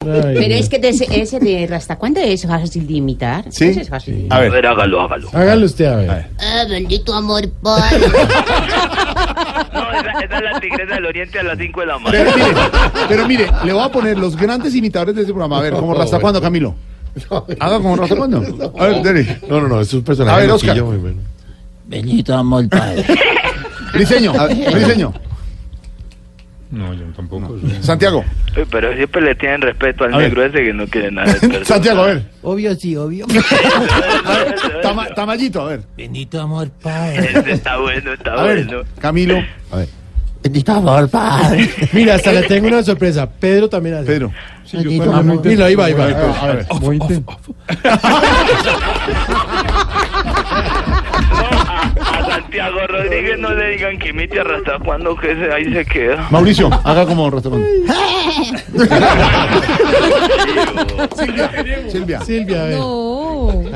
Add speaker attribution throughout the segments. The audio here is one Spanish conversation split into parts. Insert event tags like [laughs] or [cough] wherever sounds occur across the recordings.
Speaker 1: Pero es que de ese, ese de Rastacuanda es fácil de imitar.
Speaker 2: ¿Sí?
Speaker 1: Ese es fácil de
Speaker 2: A
Speaker 1: imitar.
Speaker 3: A
Speaker 2: ver,
Speaker 3: ver, hágalo, hágalo.
Speaker 2: hágalo usted, a ver.
Speaker 1: Ah, bendito amor, padre.
Speaker 3: No, esa, esa es la tigresa del oriente a las 5 de la mañana.
Speaker 4: Pero mire, pero mire, le voy a poner los grandes imitadores de este programa. A ver, como Rastacuando,
Speaker 2: [laughs]
Speaker 4: Camilo. Haga como Rastacuando. A ver, Derek.
Speaker 2: No, no, no, es un personaje
Speaker 4: A ver,
Speaker 2: loquillo
Speaker 4: Oscar.
Speaker 2: muy bueno.
Speaker 5: Bendito amor, padre.
Speaker 4: Briseño, [laughs] a ver, Briseño.
Speaker 6: No, yo tampoco.
Speaker 4: Santiago,
Speaker 3: Uy, Pero siempre le tienen respeto al
Speaker 4: A ver.
Speaker 3: negro ese que no quiere nada. de
Speaker 4: [laughs]
Speaker 3: personas.
Speaker 4: Santiago, a ver.
Speaker 5: Obvio, sí, obvio.
Speaker 4: Tama- Tamayito, a ver.
Speaker 5: Bendito amor, padre.
Speaker 3: Ese está bueno, está
Speaker 4: A
Speaker 3: bueno.
Speaker 4: ver, Camilo. A ver,
Speaker 5: Bendito amor, padre.
Speaker 2: Mira, hasta le tengo una sorpresa. Pedro también hace.
Speaker 4: Pedro.
Speaker 5: Bendito amor.
Speaker 2: Mira, ahí va, ahí
Speaker 4: A ver,
Speaker 2: va.
Speaker 4: a ver.
Speaker 3: A Santiago Rodríguez no le digan que imite a Rastacuando, que ese ahí se queda.
Speaker 4: Mauricio, [laughs] haga como Rastacuando. [laughs] Silvia, Silvia.
Speaker 2: Silvia, a ver.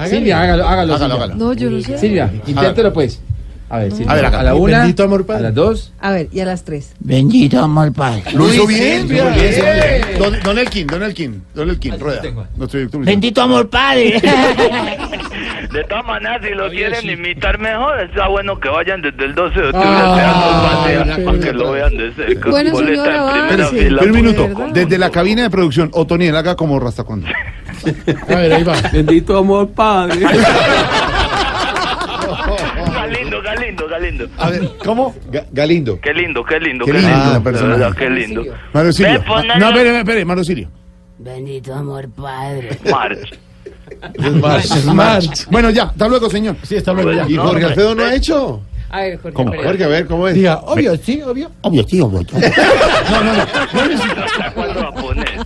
Speaker 7: Silvia, hágalo, hágalo.
Speaker 4: Hágalo,
Speaker 7: Silvia.
Speaker 4: hágalo.
Speaker 8: No, yo no sé.
Speaker 7: Silvia, inténtelo pues. A ver, Silvia.
Speaker 4: A ver, hágalo.
Speaker 7: a la una,
Speaker 2: Bendito amor,
Speaker 7: a
Speaker 2: padre.
Speaker 7: las dos.
Speaker 8: A ver, y a las tres.
Speaker 5: Bendito amor, padre.
Speaker 4: Lo hizo bien.
Speaker 2: Silvia.
Speaker 4: muy bien, Silvia. Don, don Elkin, Don Elkin, Don Elkin, rueda. Nuestro director musical.
Speaker 5: Bendito amor, padre.
Speaker 3: De todas maneras, si lo quieren imitar mejor, está bueno que vayan desde el 12 de octubre
Speaker 4: Ah,
Speaker 3: a
Speaker 4: Ay,
Speaker 3: Teatro Patea, para que
Speaker 4: Pedro.
Speaker 3: lo vean de cerca.
Speaker 8: Bueno,
Speaker 3: Boleta
Speaker 8: señor,
Speaker 3: en primera
Speaker 8: avance.
Speaker 3: fila,
Speaker 4: Pero un
Speaker 3: por
Speaker 4: minuto,
Speaker 3: favor.
Speaker 4: desde la cabina de producción, Otoniel, haga como Rastacuando.
Speaker 2: A ver, ahí va.
Speaker 7: Bendito amor, [laughs] padre.
Speaker 3: Galindo, Galindo, Galindo.
Speaker 4: A ver, ¿cómo?
Speaker 2: Ga- Galindo.
Speaker 3: Qué lindo, qué lindo,
Speaker 4: Qué
Speaker 3: qué
Speaker 4: lindo,
Speaker 3: lindo.
Speaker 4: persona.
Speaker 3: de verdad, qué lindo.
Speaker 4: Mario Silio.
Speaker 3: Ve, pon
Speaker 4: Ma-
Speaker 3: algo.
Speaker 4: No, espere, espere, Mario Silio.
Speaker 1: Bendito amor, padre.
Speaker 3: March.
Speaker 2: Smart.
Speaker 4: Bueno, ya, hasta luego, señor.
Speaker 2: Sí, está bueno ya.
Speaker 4: Y Jorge
Speaker 2: Alfredo no ha hecho.
Speaker 8: A ver, Jorge.
Speaker 4: ¿Cómo?
Speaker 8: Pérez.
Speaker 2: Jorge, a ver, ¿cómo es? Diga, obvio, sí, obvio.
Speaker 5: Obvio, sí, obvio.
Speaker 3: ¿Cuándo va a poner?